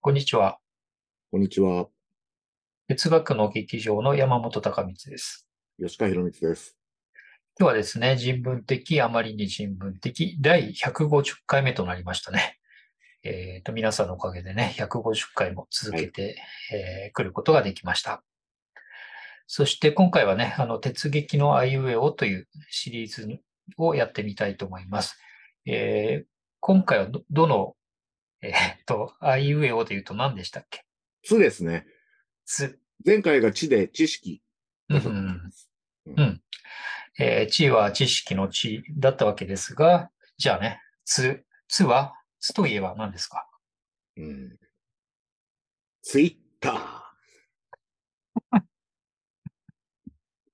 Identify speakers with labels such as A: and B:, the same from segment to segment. A: こんにちは。
B: こんにちは。
A: 哲学の劇場の山本隆光です。
B: 吉川博光です。
A: 今日はですね、人文的、あまりに人文的、第150回目となりましたね。えっ、と、皆さんのおかげでね、150回も続けて、えー来ることができました。そして今回はね、あの、鉄劇のあいうえおというシリーズをやってみたいと思います。えー今回はどどの、えっと、あいうえおで言うと何でしたっけ
B: つですね。
A: つ。
B: 前回が知で知識。
A: うんえー、知は知識の知だったわけですが、じゃあね、つ、つは、つといえば何ですか
B: うん。ツイッター。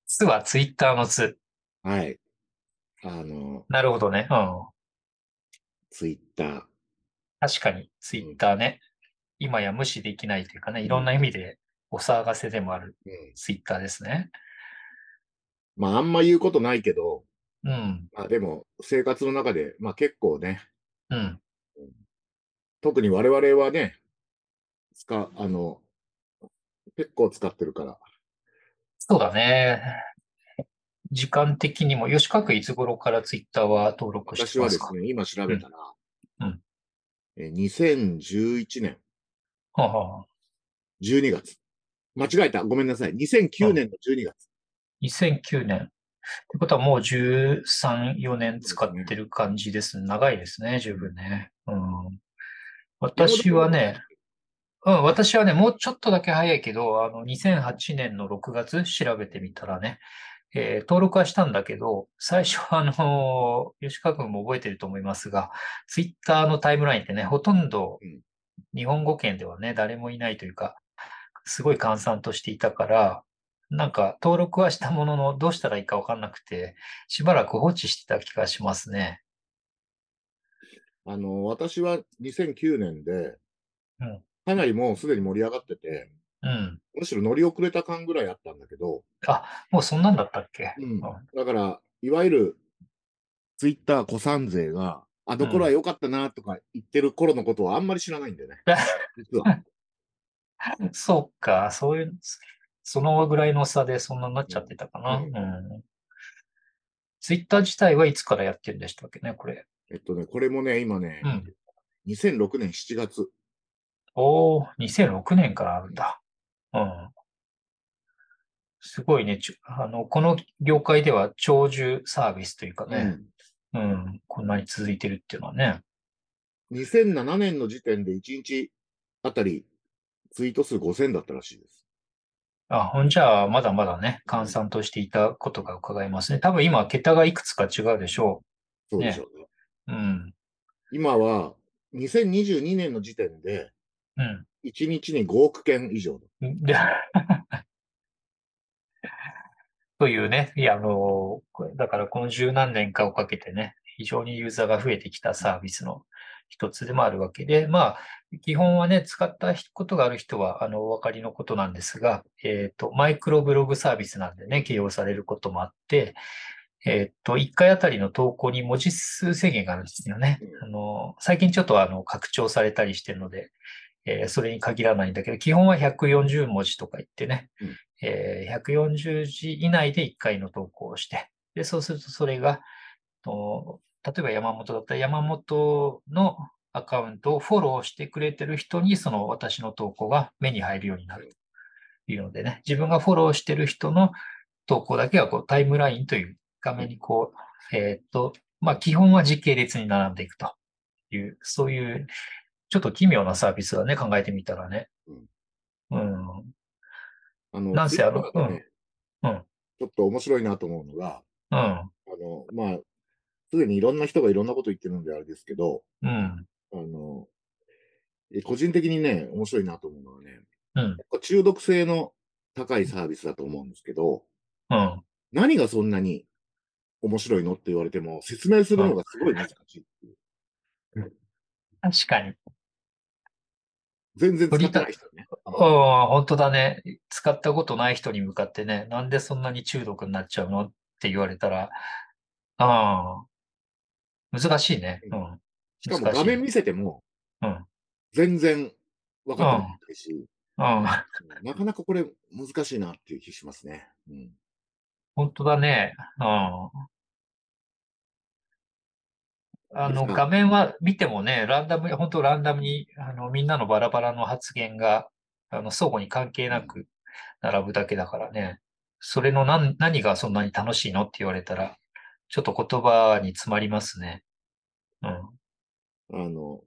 A: つはツイッターのつ。
B: はい。あの、
A: なるほどね。うん。
B: ツイッター。
A: 確かに、ツイッターね。今や無視できないというかね、いろんな意味でお騒がせでもある
B: うん。
A: ツイッターですね。
B: まあ、あんま言うことないけど、
A: うん、
B: まあでも、生活の中で、まあ結構ね、
A: うん、
B: 特に我々はね、使、あの、結構使ってるから。
A: そうだね。時間的にも、吉川区いつ頃からツイッターは登録し
B: 私
A: てま
B: はですす
A: か
B: ね、今調べたら、
A: うんうん
B: え2011年
A: はあはあ
B: 12月。間違えた。ごめんなさい。2009年の12月。
A: 2009年。ってことはもう13、4年使ってる感じですね。長いですね、十分ね。うん、私はね、うん、私はね、もうちょっとだけ早いけど、あの、2008年の6月調べてみたらね、えー登録はしたんだけど、最初はあのー吉川君も覚えてると思いますが、ツイッターのタイムラインってね、ほとんど
B: うん
A: 日本語圏ではね、誰もいないというか、すごい閑散としていたから、なんか登録はしたものの、どうしたらいいかわかんなくて、しばらく放置してた気がしますね。
B: あの、私は2009年で
A: うん、
B: かなりもうすでに盛り上がってて、
A: うん。
B: むしろ乗り遅れた感ぐらいあったんだけど、
A: もうそんなんだったっけ
B: うんだから、いわゆる、ツイッター古参勢が、あの頃は良かったなとか言ってる頃のことはあんまり知らないんだ よね。実は。
A: そうか、そういう、そのぐらいの差でそんなになっちゃってたかな。う。
B: うん
A: ツイッター自体はいつからやってるんでしたっけね、これ。
B: えっとね、これもね、今ね、
A: うん
B: 2006年7月。
A: おお、2006年からあるんだ。うん。すごいね、ちょあの、この業界では長寿サービスというかね、うん、こんなに続いてるっていうのはね。
B: うん2007年の時点で1日あたりツイート数5000だったらしいです。
A: あ、ほんじゃあ、まだまだね、閑散としていたことが伺えますね。多分今、桁がいくつか違うでしょ
B: そうでしょうね
A: う。うん、
B: 今は、2022年の時点で、
A: うん。
B: 1日に5億件以上。
A: で、 というね、いや、あの、これだからこの十何年かをかけてね、非常にユーザーが増えてきたサービスの一つでもあるわけで、まあ、基本はね、使ったことがある人は、あの、お分かりのことなんですが、えっと、マイクロブログサービスなんでね、形容されることもあって、えっと、1回あたりの投稿に文字数制限があるんですよね
B: う。
A: あの、最近ちょっとあの、拡張されたりしてるので、えーそれに限らないんだけど、基本は140文字とか言ってね、
B: うん
A: えー140字以内で1回の投稿をして、で、そうするとそれが、と例えば山本だったら山本のアカウントをフォローしてくれてる人に、その私の投稿が目に入るようになるというのでね、自分がフォローしてる人の投稿だけはこうタイムラインという画面にこう、えーっと、まあ基本は時系列に並んでいくという、そういうちょっと奇妙なサービスだね、考えてみたらね。うん。
B: あの、
A: なんせあの
B: Twitter がね
A: うんうん
B: ちょっと面白いなと思うのが、
A: うん。
B: あの、まあ、すでにいろんな人がいろんなこと言ってるんであれですけど、
A: うん。
B: あの、え個人的にね、面白いなと思うのはね、
A: うん。
B: 中毒性の高いサービスだと思うんですけど、
A: うん。
B: 何がそんなに面白いのって言われても、説明するのがすごい難しいっていう。
A: 確かに。
B: 全然使ってない人ね。
A: ああ、本当だね。使ったことない人に向かってね、なんでそんなに中毒になっちゃうのって言われたら、ああ、難しいね。うん。
B: しかも
A: 難
B: 画
A: い
B: 面見せても
A: うん、
B: 全然分かってないし、
A: うん。
B: なかなかこれ難しいなっていう気しますね。うん。
A: 本当だね。うん。あの、
B: ですが
A: 画面は見てもね、ランダムに、本当ランダムに、あの、みんなのバラバラの発言が、あの、相互に関係なく並ぶだけだからね。それの何、何がそんなに楽しいのって言われたら、ちょっと言葉に詰まりますね。うん。
B: あの、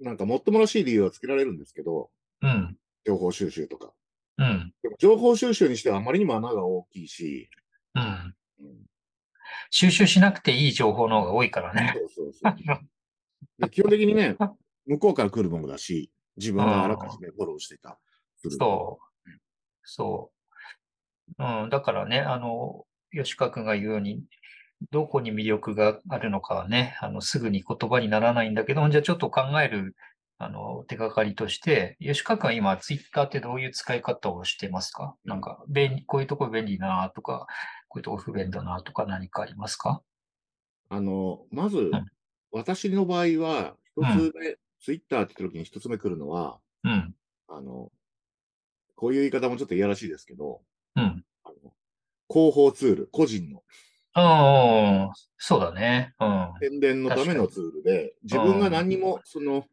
B: なんかもっともらしい理由はつけられるんですけど、
A: うん。
B: 情報収集とか。
A: うん。
B: でも情報収集にしてはあまりにも穴が大きいし、
A: うん。
B: うん、
A: 収集しなくていい情報の方が多いからね。
B: そうそうそう。で基本的にね、向こうから来るものだし、自分があらかじめフォローしてた。
A: そう。そう。うん、だからね、あの、吉川君が言うように、どこに魅力があるのかはね、あの、すぐに言葉にならないんだけど、じゃあちょっと考える、あの、手がかりとして、吉川君は今、ツイッターってどういう使い方をしてますかなんか、便利、こういうとこ便利だなとか、こういうとこ不便だなとか何かありますか
B: あの、まず、
A: ん
B: 私の場合は、一
A: うん
B: つ目、ツイッターって言った時に一つ目来るのは、
A: うん、
B: あの、こういう言い方もちょっといやらしいですけど、
A: うん。
B: あの広報ツール、個人の
A: うん、そうだね。うん、
B: 宣伝のためのツールで、自分が何にも、その、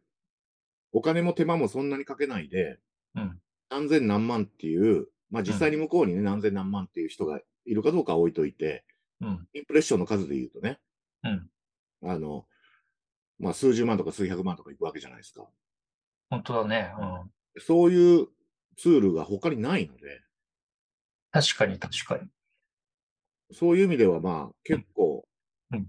B: お金も手間もそんなにかけないで、
A: うん、
B: 何千何万っていう、まあ実際に向こうにね、何千何万っていう人がいるかどうかは置いといて、
A: うん、
B: インプレッションの数で言うとね、
A: うん。
B: あの、まあ数十万とか数百万とかいくわけじゃないですか。
A: 本当だね。うん。
B: そういうツールが他にないので、
A: 確かに、確かに。
B: そういう意味ではまあ結構、
A: うん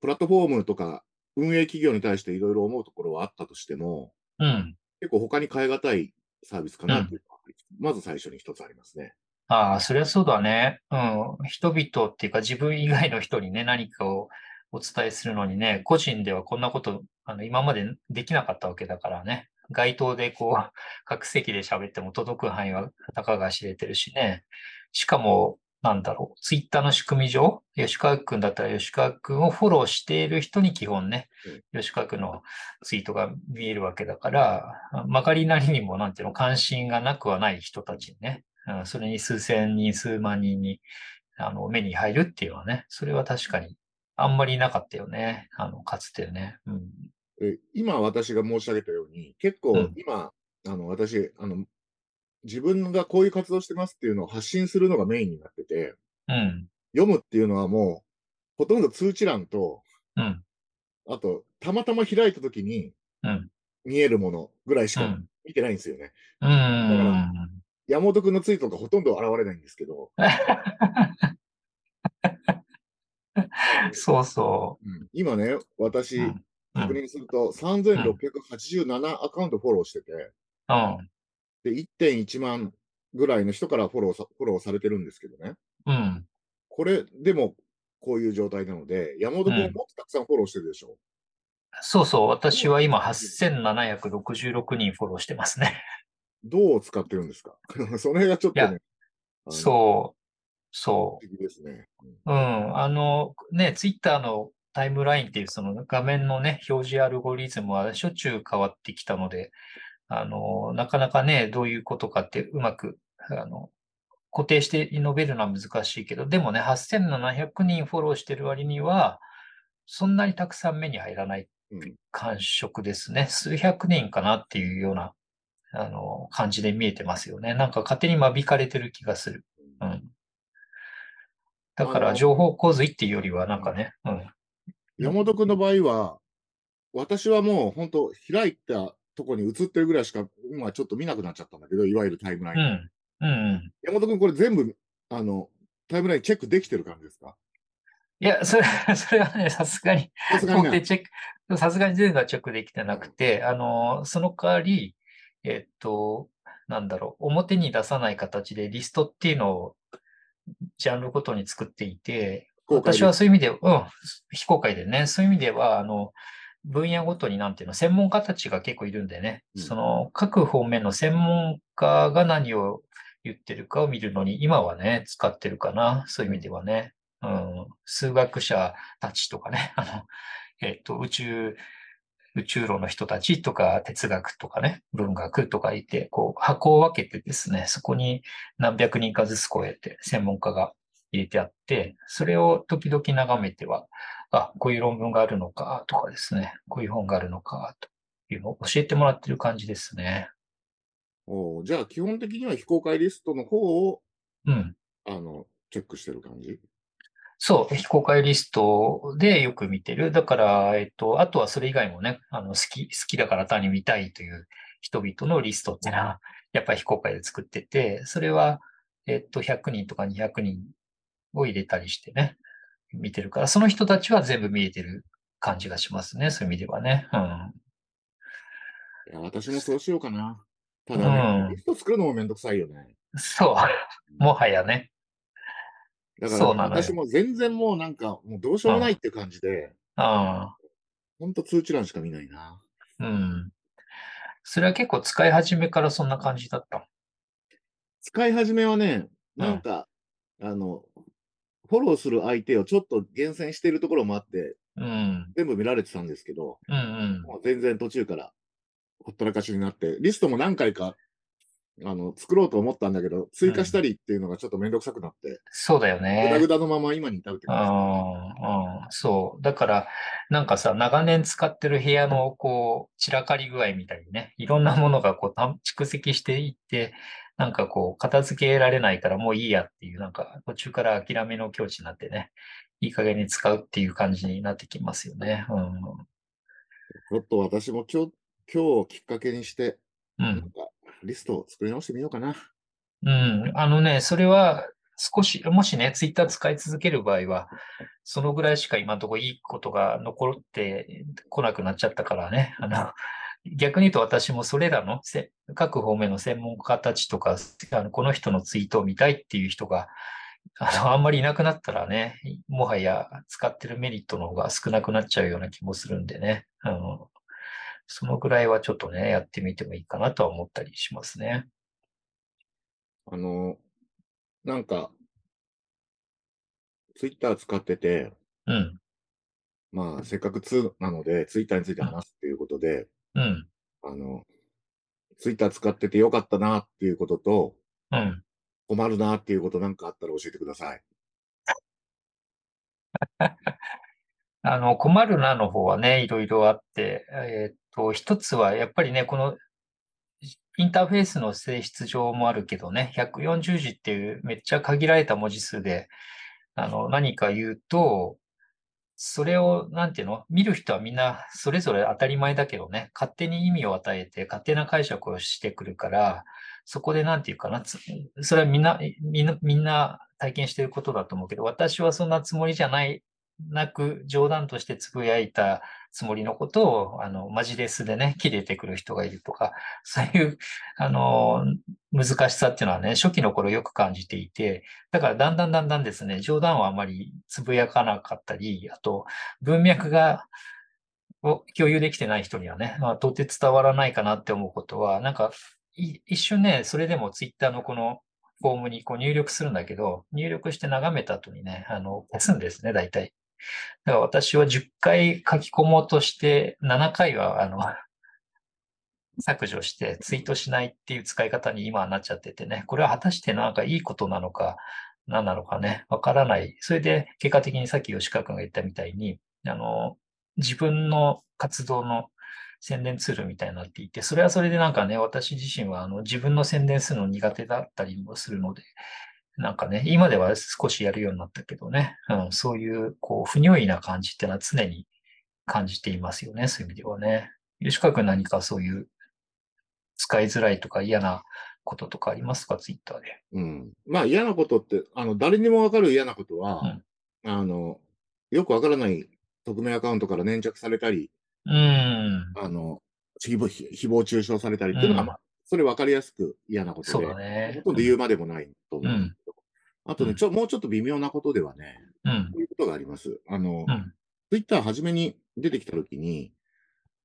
B: プラットフォームとか運営企業に対していろいろ思うところはあったとしても、
A: うん。
B: 結構他に変え難いサービスかなっていうのは、まず最初に一つありますね。
A: ああ、そりゃそうだね。うん。人々っていうか自分以外の人にね、何かをお伝えするのにね、個人ではこんなこと、あの、今までできなかったわけだからね。街頭でこう、 各席で喋っても届く範囲はたかが知れてるしね。しかも、なんだろう、ツイッターの仕組み上、吉川君だったら吉川君をフォローしている人に基本ね、吉川君のツイートが見えるわけだから、まかりなりにも、なんていうの、関心がなくはない人たちにね。うんそれに数千人、数万人にあの目に入るっていうのはね、それは確かにあんまりなかったよね、あのかつてね。うん、
B: え今私が申し上げたように、結
A: う
B: 構
A: ん
B: 今、あの私あの、自分がこういう活動してますっていうのを発信するのがメインになってて、
A: うん、
B: 読むっていうのはもう、ほとんど通知欄と、
A: うん、
B: あと、たまたま開いたときに
A: うん、
B: 見えるものぐらいし
A: う
B: か
A: ん。
B: 見てないんですよね。
A: うん
B: 山本君のツイートがほとんど現れないんですけど、
A: そうそ
B: 今ね、
A: う。
B: 私
A: う、ん、うん
B: 確認すると、3687アカウントフォローしてて、
A: うん、
B: で、1.1万ぐらいの人からフォローさフォローされてるんですけどね。
A: うん。
B: これ、でも、こういう状態なので、山本君
A: う
B: も
A: ん
B: もっとたくさんフォローしてるでしょ。
A: そうそう、私は今8766人フォローしてますね。
B: どう使ってるんですか その辺がちょっと
A: いや
B: ね、あの
A: そう、そう。
B: 不思議ですね。うん
A: うん、あの、ね、ツイッターのタイムラインっていうその画面のね、表示アルゴリズムはしょっちゅう変わってきたので、あの、なかなかね、どういうことかってうまく、あの、固定して述べるのは難しいけど、でもね、8700人フォローしてる割には、そんなにたくさん目に入らない
B: うん
A: 感触ですね。数百人かなっていうような、あの、感じで見えてますよね。なんか勝手に間引かれてる気がする。うん。だか
B: あ
A: ら
B: の
A: 情報洪水っていうよりは、なんかね、うん。
B: 山本君の場合は、私はもう本当、開いたとこに映ってるぐらいしか、今ちょっと見なくなっちゃったんだけど、いわゆるタイムライ
A: う
B: ン。
A: ん。うん。
B: 山本君、これ全部、あの、タイムラインチェックできてる感じですか
A: いや、それ、 それはね、さすがに、
B: さすがに
A: 肯
B: ね
A: 定チェック、さすがに全部はチェックできてなくて、あの、その代わり、えっと、なんだろう、表に出さない形でリストっていうのを、ジャンルごとに作っていて、
B: 公開で
A: 私はそういう意味で、うん、非公開でね、そういう意味では、あの、分野ごとになんていうの、専門家たちが結構いるんだよね。
B: うん
A: その、各方面の専門家が何を言ってるかを見るのに、今はね、使ってるかな。そういう意味ではね。 うん、数学者たちとかね、あの、えっと、宇宙宇宙論の人たちとか、哲学とかね、文学とかいて、こう、箱を分けてですね、そこに何百人かずつこうやって専門家が入れてあって、それを時々眺めては、あ、こういう論文があるのかとかですね、こういう本があるのかというのを教えてもらってる感じですね。
B: おじゃあ、基本的には非公開リストの方を、
A: うん。
B: あの、チェックしてる感じ。
A: そう、非公開リストでよく見てる。だから、えっと、あとはそれ以外もね、あの、好き、好きだから単に見たいという人々のリストってのは、やっぱり非公開で作ってて、それは、えっと、100人とか200人を入れたりしてね、見てるから、その人たちは全部見えてる感じがしますね、そういう意味ではね。うん
B: いや私もそうしようか な。ただね、うん、リスト作るのもめんどくさいよね。
A: そう。もはやね。
B: だから、私も全然もうなんか、もうどうしようもないって感じで、
A: ああ
B: ほんと通知欄しか見ないな。
A: うん。それは結構使い始めからそんな感じだった
B: 使い始めはね、なんか、うん、あの、フォローする相手をちょっと厳選しているところもあって、
A: うん、
B: 全部見られてたんですけど、
A: うんうん、
B: もう全然途中からほったらかしになって、リストも何回かあの作ろうと思ったんだけど、追加したりっていうのがちょっとめんどくさくなって、うん、
A: そうだよね。
B: ぐだぐだのまま今に至るって
A: 感じ、ね、うん、そう。だから、なんかさ、長年使ってる部屋のこう散らかり具合みたいにね、いろんなものがこう蓄積していって、なんかこう、片付けられないからもういいやっていう、なんか途中から諦めの境地になってね、いい加減に使うっていう感じになってきますよね。うん、
B: ちょっと私も今日、今日をきっかけにして、
A: うん、なんか
B: リストを作り直してみようかな。
A: うん、あのね、それは少し、もしね、ツイッター使い続ける場合は、そのぐらいしか今のところいいことが残ってこなくなっちゃったからね。あの逆に言うと私もそれらの各方面の専門家たちとか、あのこの人のツイートを見たいっていう人があのあんまりいなくなったらね、もはや使ってるメリットの方が少なくなっちゃうような気もするんでね。あのそのぐらいはちょっとね、やってみてもいいかなとは思ったりしますね。
B: あの、なんか、ツイッター使ってて、
A: うん。
B: まあ、せっかく2なので、ツイッターについて話すということで、
A: うん。
B: あの、ツイッター使っててよかったなっていうことと、
A: うん。
B: 困るなっていうことなんかあったら教えてください。
A: あの、困るなの方はね、いろいろあって、えー、っと、一つはやっぱりね、このインターフェースの性質上もあるけどね、140字っていうめっちゃ限られた文字数で、あの、何か言うと、それを、なんていうの、見る人はみんなそれぞれ当たり前だけどね、勝手に意味を与えて、勝手な解釈をしてくるから、そこでなんていうかな、それはみんな、みんな、みんな体験していることだと思うけど、私はそんなつもりじゃないなく冗談としてつぶやいたつもりのことを、あの、マジレスでね、切れてくる人がいるとか、 そういう、あの、難しさっていうのはね、初期の頃よく感じていて、だからだんだんだんだんですね、冗談をあまりつぶやかなかったり、あと、文脈が、を共有できてない人にはね、まあ、到底伝わらないかなって思うことは、なんか、一瞬ね、それでもツイッターのこのフォームにこう入力するんだけど、入力して眺めた後にね、あの、消すんですね、大体。だから私は10回書き込もうとして、7回はあの削除してツイートしないっていう使い方に今はなっちゃっててね、これは果たしてなんかいいことなのか、何なのかね、わからない。それで結果的にさっき吉川君が言ったみたいに、あの、自分の活動の宣伝ツールみたいになっていて、それはそれでなんかね、私自身はあの自分の宣伝するの苦手だったりもするので、なんかね、今では少しやるようになったけどね、うん、そういう、こう、不如意な感じってのは常に感じていますよね、そういう意味ではね。吉川君何かそういう使いづらいとか嫌なこととかありますか、ツイッターで。
B: うん。まあ嫌なことって、あの、誰にもわかる嫌なことは、うん、あの、よくわからない匿名アカウントから粘着されたり、
A: うん。
B: あの、誹謗中傷されたりっていうのが、まあ、うんそれ分かりやすく嫌なこと
A: そ
B: で、
A: うだね、
B: ほとんど言うまでもないと思うんですけど、
A: うん、
B: あとね、ちょ、もうちょっと微妙なことではね、
A: うん、
B: こういうことがあります。あの、
A: うん、
B: ツイッター初めに出てきたときに、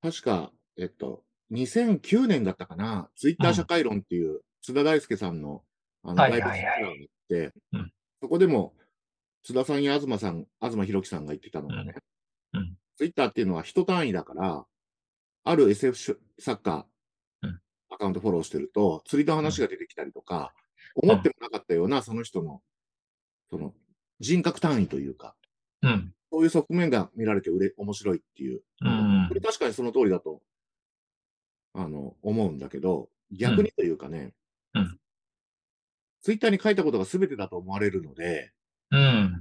B: 確か、えっと、2009年だったかな、ツイッター社会論っていう、津田大介さんの、あの、ライブセミナーに行って、そこでも、津田さんや東さん、東博樹さんが言ってたのがね、
A: うん、
B: ツイッターっていうのは人単位だから、ある SF 作家
A: うん、
B: アカウントフォローしてると、釣りの話が出てきたりとか、思ってもなかったような、その人の、その、人格単位というか、
A: うん。
B: そういう側面が見られてうれ面白いっていう。
A: うん
B: これ確かにその通りだと、あの、思うんだけど、逆にというかね、
A: うん
B: ツイッターに書いたことが全てだと思われるので、
A: うん。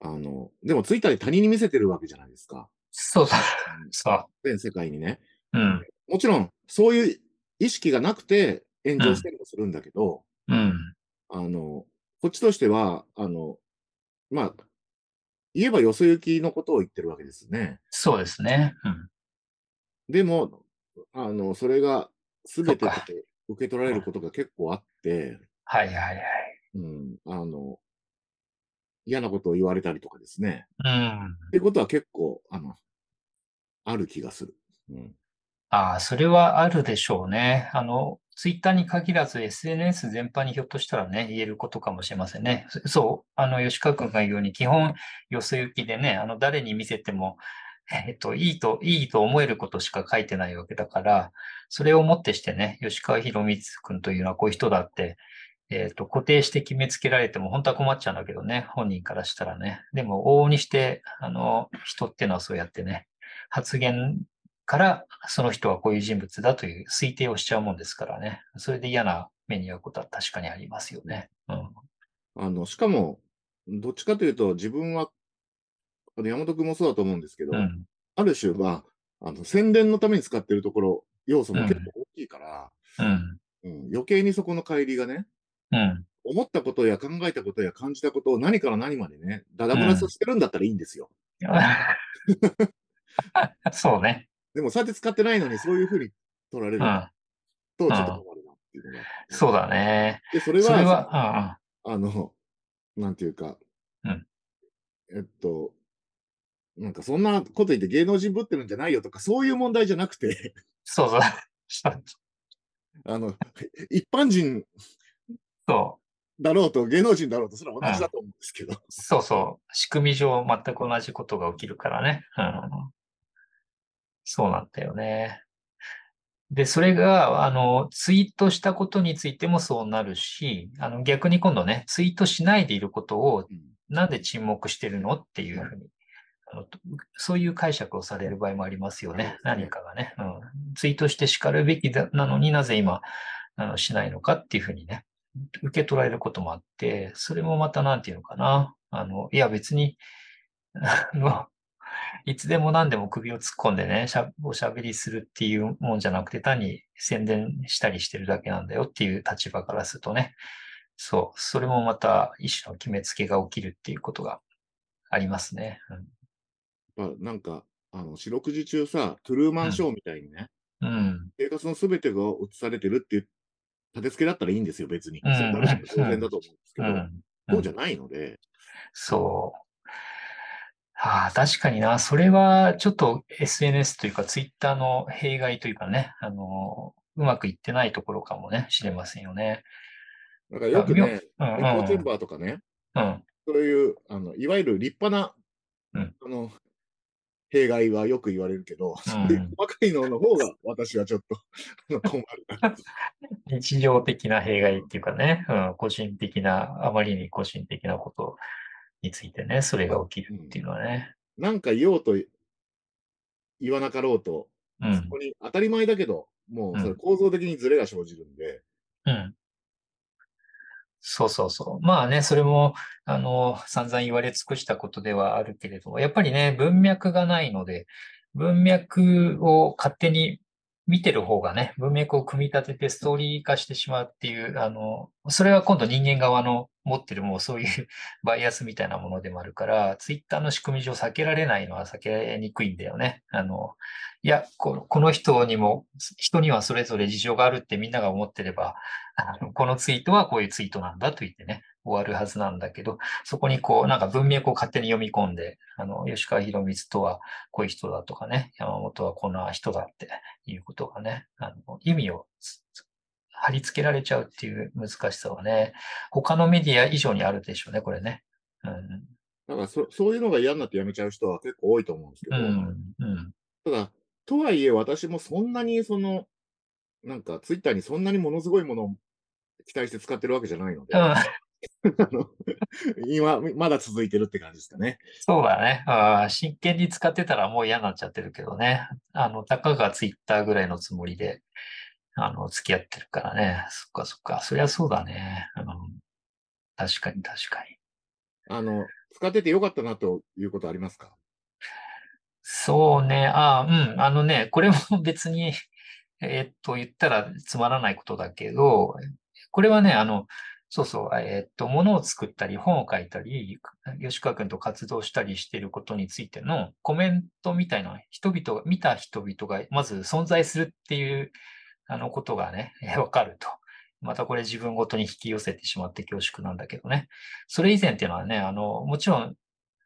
B: あの、でもツイッターで他人に見せてるわけじゃないですか。
A: そうそう。そ
B: 全世界にね。
A: う。うん。
B: もちろん、そういう意識がなくて炎上したりもするんだけど、
A: うん。
B: あの、こっちとしては、あの、まあ、言えばよそ行きのことを言ってるわけですね。
A: そうですね。うん。
B: でも、あの、それが全て
A: そ
B: と
A: っか
B: 受け取られることが結構あって、
A: はいはいはい。
B: うん、あの、嫌なことを言われたりとかですね。
A: うん。
B: ってことは結構、あの、ある気がする。うん。
A: ああ、それはあるでしょうね。あの、ツイッターに限らず SNS 全般にひょっとしたらね、言えることかもしれませんね。そそう、あの、吉川君が言うように、基本、よそ行きでね、あの、誰に見せても、えっと、いいと、いいと思えることしか書いてないわけだから、それをもってしてね、吉川博光君というのはこういう人だって、えっと、固定して決めつけられても本当は困っちゃうんだけどね、本人からしたらね。でも、往々にして、あの、人ってのはそうやってね、発言から、その人はこういう人物だという推定をしちゃうもんですからね。それで嫌な目に遭うことは確かにありますよね。うん。
B: あの、しかも、どっちかというと、自分は、あの、山本君もそうだと思うんですけ
A: う
B: ど、
A: ん。
B: ある種は、あの、宣伝のために使ってるところ、要素も結構大きいから、
A: うん。
B: うん、余計にそこの乖離がね、
A: うん。
B: 思ったことや考えたことや感じたことを何から何までね、だだ漏らさせてるんだったらいいんですよ。
A: そうね。
B: でも、そうやって使ってないのに、そういうふうに取られる
A: うん。
B: と、ちょっと困るなっていうのが。
A: そうだね。
B: で、それは、
A: それは、
B: あの、なんていうか、
A: うん
B: えっと、なんかそんなこと言って芸能人ぶってるんじゃないよとか、そういう問題じゃなくて、
A: そう そう。そう。
B: あの、一般人
A: そう
B: だろうと芸能人だろうと、それは同じだと思うんですけど、
A: そうそう。仕組み上全く同じことが起きるからね。うん。そうなんだよね。で、それが、あの、ツイートしたことについてもそうなるし、あの、逆に今度ね、ツイートしないでいることを、なんで沈黙してるのっていうふうに、あのそういう解釈をされる場合もありますよね。
B: なるほどね
A: 何かがね、うん。ツイートして叱るべきだなのになぜ今あのしないのかっていうふうにね、受け取られることもあって、それもまたなんていうのかな。あの、いや別に、あの、いつでも何でも首を突っ込んでね、しゃおしゃべりするっていうもんじゃなくて、単に宣伝したりしてるだけなんだよっていう立場からするとね、そう、それもまた一種の決めつけが起きるっていうことがありますね。
B: やっぱなんか、あの、四六時中さ、トゥルーマンショーみたいにね、
A: うん。うん。
B: 生活のすべてが映されてるっていう立て付けだったらいいんですよ、別に。
A: うん
B: それは当然だと思うんですけ
A: う
B: ど、
A: ん。
B: そうじゃないので、
A: そう。ああ、確かにな。それはちょっと SNS というか Twitter の弊害というかね、あの、うまくいってないところかもね、しれませんよね。
B: だからよく
A: いや
B: ね、
A: うん、う
B: エコ
A: ん。
B: ーチェンバーとかね、
A: うん。
B: そういう、あの、いわゆる立派な、
A: うん
B: あの、弊害はよく言われるけど、
A: うん
B: そういう細かいのの方が私はちょっと あの困るな。
A: 日常的な弊害っていうかね、うん、個人的な、あまりに個人的なことについてね、それが起きるっていうのはね。
B: なんか言おうと言わなかろうと、
A: う
B: そ
A: ん。
B: こに当たり前だけど、もうそれ
A: うん
B: 構造的にズレが生じるんで、
A: うん。そうそうそう。まあね、それも、あの、散々言われ尽くしたことではあるけれども、やっぱりね、文脈がないので、文脈を勝手に見てる方がね、文脈を組み立ててストーリー化してしまうっていう、あの、それは今度人間側の持ってるもうそういう バイアスみたいなものでもあるから、ツイッターの仕組み上避けられないのは避けにくいんだよね。あの、いや、ここの人にも、人にはそれぞれ事情があるってみんなが思ってれば、あのこのツイートはこういうツイートなんだと言ってね、終わるはずなんだけど、そこにこう、なんか文脈を勝手に読み込んで、あの、吉川博光とはこういう人だとかね、山本はこんな人だっていうことがね、あの意味をつつ貼り付けられちゃうっていう難しさはね、他のメディア以上にあるでしょうね、これね。うん。
B: だからそそういうのが嫌になってやめちゃう人は結構多いと思うんですけ
A: う
B: ど、
A: ん。うん。
B: ただ、とはいえ、私もそんなに、その、なんか、ツイッターにそんなにものすごいものを期待して使ってるわけじゃないので、
A: うん
B: あ、の 今、まだ続いてるって感じですかね。
A: そうだね。あー真剣に使ってたらもう嫌になっちゃってるけどね。あの、たかがツイッターぐらいのつもりで、あの、付き合ってるからね。そっかそっか。そりゃそうだね。うん、確かに確かに。
B: あの、使っててよかったなということありますか
A: そうね。あーうん。あのね、これも 別に、えーっと、言ったらつまらないことだけど、これはね、あの、そうそう、えーっと、物を作ったり、本を書いたり、吉川君と活動したりしていることについてのコメントみたいな、人々が、見た人々がまず存在するっていう、あのことがね、えーわかると。またこれ自分ごとに引き寄せてしまって恐縮なんだけどね。それ以前っていうのはね、あの、もちろん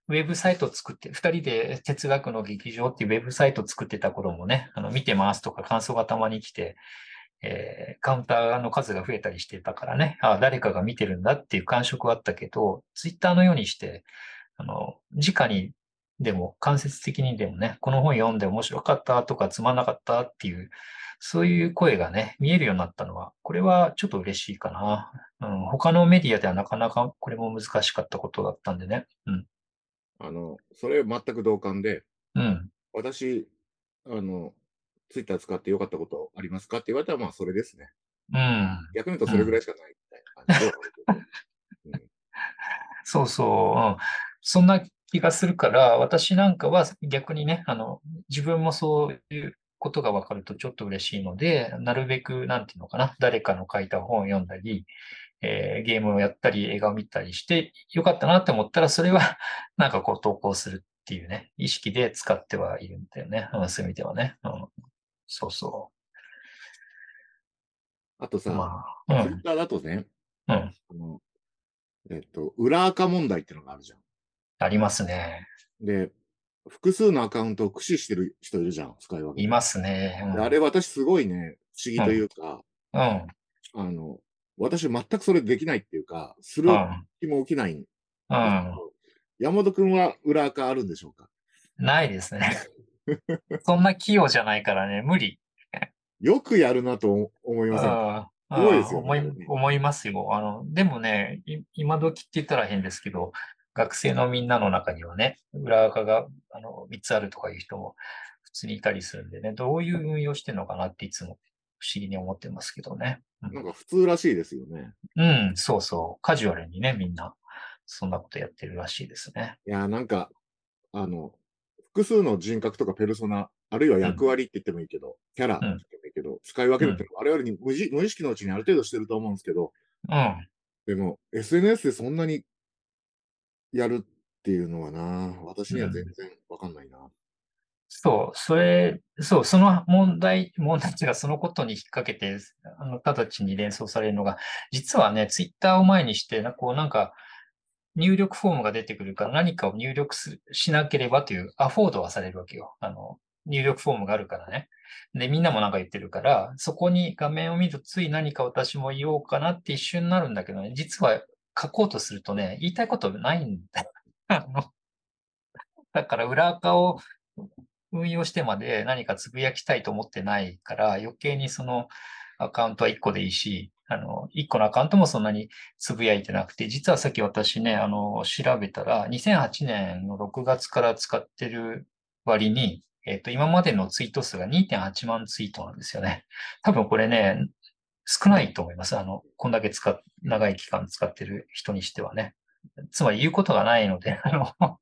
A: ウェブサイトを作って、二人で哲学の劇場っていうウェブサイトを作ってた頃もね、あの見てますとか感想がたまに来て、えーカウンターの数が増えたりしてたからね、あ誰かが見てるんだっていう感触はあったけど、ツイッターのようにして、あの、直にでも間接的にでもね、この本読んで面白かったとかつまんなかったっていう、そういう声がね、見えるようになったのは、これはちょっと嬉しいかな。うん、他のメディアではなかなかこれも難しかったことだったんでね。うん。
B: あの、それ全く同感で、
A: うん。
B: 私、あの、ツイッター使ってよかったことありますかって言われたら、まあ、それですね。
A: うん。
B: 逆に言うとそれぐらいしかないみたいな感じで。
A: そうそう。うん、そんな気がするから、私なんかは逆にね、あの、自分もそういうことが分かるとちょっと嬉しいので、なるべく、なんていうのかな、誰かの書いた本を読んだり、えーゲームをやったり、映画を見たりして、よかったなって思ったら、それは、 なんかこう投稿するっていうね、意識で使ってはいるんだよね。うん、そういう意味ではね。うん、そうそ
B: あと
A: う。
B: さ、
A: まあ、う
B: ツイッ
A: ん。
B: ターだとね、
A: うん
B: あのえっと、裏垢問題ってのがあるじゃん。
A: ありますね。
B: で、複数のアカウントを駆使してる人いるじゃん、使い分けて。
A: いますね。うん。
B: であれ私すごいね、不思議というか、
A: うん。
B: あの、私全くそれできないっていうか、す
A: う
B: る
A: ん。
B: 気も起きないんです
A: う
B: けど
A: ん。
B: 山本くんは裏垢あるんでしょうか
A: ないですね。そんな器用じゃないからね、無理。
B: よくやるなと思いませんか
A: うん
B: すごいです
A: う
B: よね
A: ん思い
B: これね
A: 思いますよ。あの、でもね、い今時って言ったら変ですけど、学生のみんなの中にはね、裏垢があの3つあるとかいう人も普通にいたりするんでね、どういう運用してるのかなっていつも不思議に思ってますけどね。
B: なんか普通らしいですよね。
A: うん、そうそう。カジュアルにね、みんな、そんなことやってるらしいですね。
B: いやー、なんか、あの、複数の人格とかペルソナ、あるいは役割って言ってもいいけど、キャラって言ってもいいけど、使い分けるっていうのは我々に無じ無意識のうちにある程度してると思うんですけど、
A: うん。
B: でも、SNS でそんなにやるっていうのはな、私には全然わかんないな。
A: そう、それ、そう、その問題、 問題がそのことに引っ掛けて、あの、直ちに連想されるのが、実はね、ツイッターを前にして、なこう、なんか、入力フォームが出てくるから、何かを入力すしなければというアフォードはされるわけよ。あの、入力フォームがあるからね。で、みんなもなんか言ってるから、そこに画面を見ると、つい何か私も言おうかなって一瞬になるんだけどね、実は書こうとするとね、言いたいことないんだよ。 あのだから裏垢を運用してまで何かつぶやきたいと思ってないから、余計にそのアカウントは1個でいいし、あの、1個のアカウントもそんなにつぶやいてなくて、実はさっき私ね、あの、調べたら、2008年の6月から使ってる割に、えっと、今までのツイート数が2.8万ツイートなんですよね。多分これね、少ないと思います。あの、こんだけ使っ、長い期間使ってる人にしてはね。つまり言うことがないので、あの、あん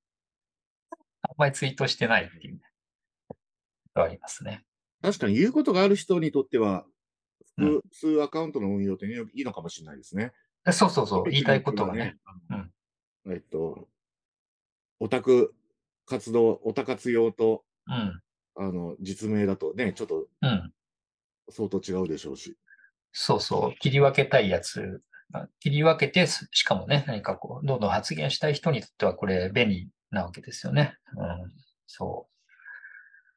A: まりツイートしてないっていう、ね、ことがありますね。
B: 確かに言うことがある人にとっては、
A: う
B: 複数アカウントの運用っていうのいいのかもしれないですね。
A: そうそうそう、言いたいことがね。
B: あの。えっと、オタク活動、オタ活用と、
A: うん、
B: あの、実名だとね、ちょっと
A: うん。
B: 相当違うでしょうし。
A: そうそう、切り分けたいやつ。あ切り分けて、すしかもね、何かこう、どんどん発言したい人にとっては、これ、便利なわけですよね。うん、そ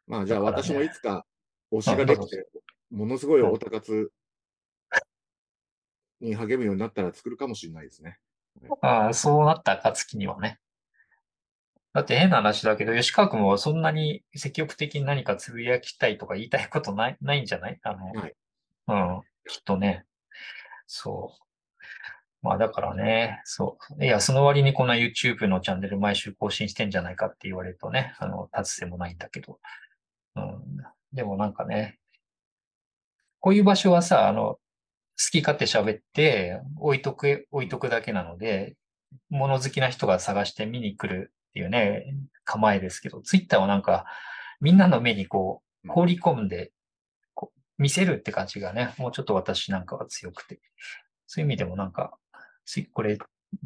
B: まあ、じゃあ
A: だからね
B: 私もいつか推しがで
A: あどう
B: き
A: ぞ
B: て、ものすごいオタ活に励むようになったら作るかもしれないですね。
A: う。ああそうなった暁にはね。だって変な話だけど、吉川君はそんなに積極的に何かつぶやきたいとか言いたいことないないんじゃないあの、
B: はい
A: うん、きっとね。そう。まあだからね、そう。いや、その割にこんな YouTube のチャンネル毎週更新してんじゃないかって言われるとね、あの、立つ瀬もないんだけど。うん。でもなんかね、こういう場所はさ、あの、好き勝手喋って、置いとく、置いとくだけなので、物好きな人が探して見に来るっていうね、構えですけど、ツイッターはなんか、みんなの目にこう、放り込んで、こう見せるって感じがね、もうちょっと私なんかは強くて、そういう意味でもなんか、ツイこれ、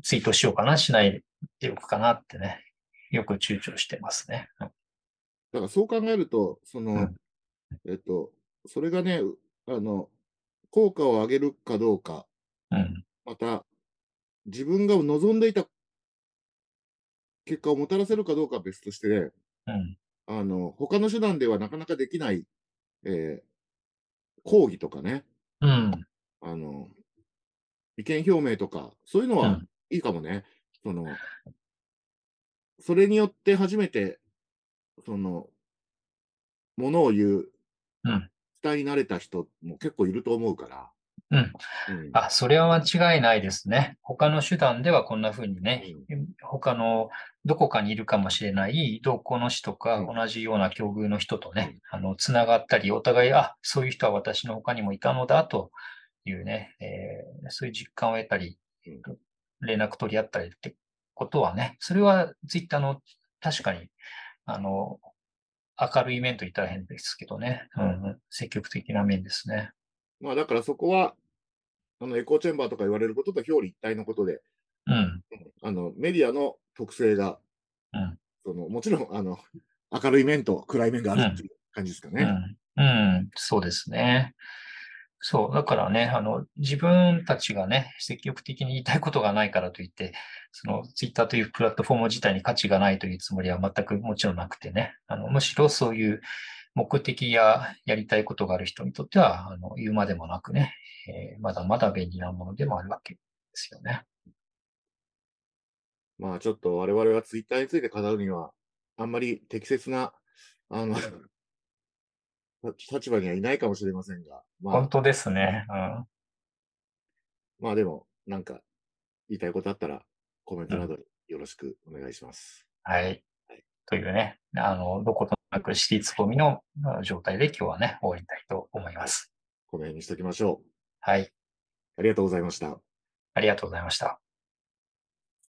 A: ツイートしようかな、しないでおくかなってね、よく躊躇してますね。
B: だからそう考えると、その、
A: うん
B: えっと、それがね、うあの、効果を上げるかどうか、
A: うん。
B: また、自分が望んでいた結果をもたらせるかどうかは別として、
A: うん。
B: あの、他の手段ではなかなかできない、えー抗議とかね、
A: うん。
B: あの、意見表明とか、そういうの
A: う
B: は
A: ん
B: いいかもね。その、それによって初めて、その、ものを言う、
A: うん
B: 伝えに慣れた人も結構いると思うから。
A: うん。
B: うん
A: あ、それは間違いないですね。他の手段ではこんな風にね、他のどこかにいるかもしれない同行の人とか、
B: うん
A: 同じような境遇の人とね、あの、つながったり、お互い、あ、そういう人は私の他にもいたのだというね、えーそういう実感を得たり
B: うん、
A: 連絡取り合ったりってことはね、それはツイッターの確かに、あの、明るい面と言ったら変ですけどね、うんうん、積極的な面ですね。
B: まあだからそこは、あの、エコーチェンバーとか言われることと表裏一体のことで、
A: うん、
B: あの、メディアの特性が、
A: うん
B: その、もちろん、あの、明るい面と暗い面があるっていう感じですかね。
A: うん、うん、そうですね。そう、だからね、あの、自分たちがね、積極的に言いたいことがないからといって、その、ツイッターというプラットフォーム自体に価値がないというつもりは全くもちろんなくてね、あの、むしろそういう目的ややりたいことがある人にとっては、あの、言うまでもなくね、えーまだまだ便利なものでもあるわけですよね。
B: まあちょっと我々はツイッターについて語るには、あんまり適切な、あの、立立場にはいないかもしれませんが、ま
A: 本
B: あ、
A: 当ですね。うん。
B: まあでも、なんか、言いたいことあったら、コメントなどによろしくお願いします。
A: はい。というね、あの、どことなくシティツボミのあ状態で今日はね、終わりたいと思います。
B: この辺にしときましょ
A: はい。
B: う。ありがとうございました。
A: ありがとうございました。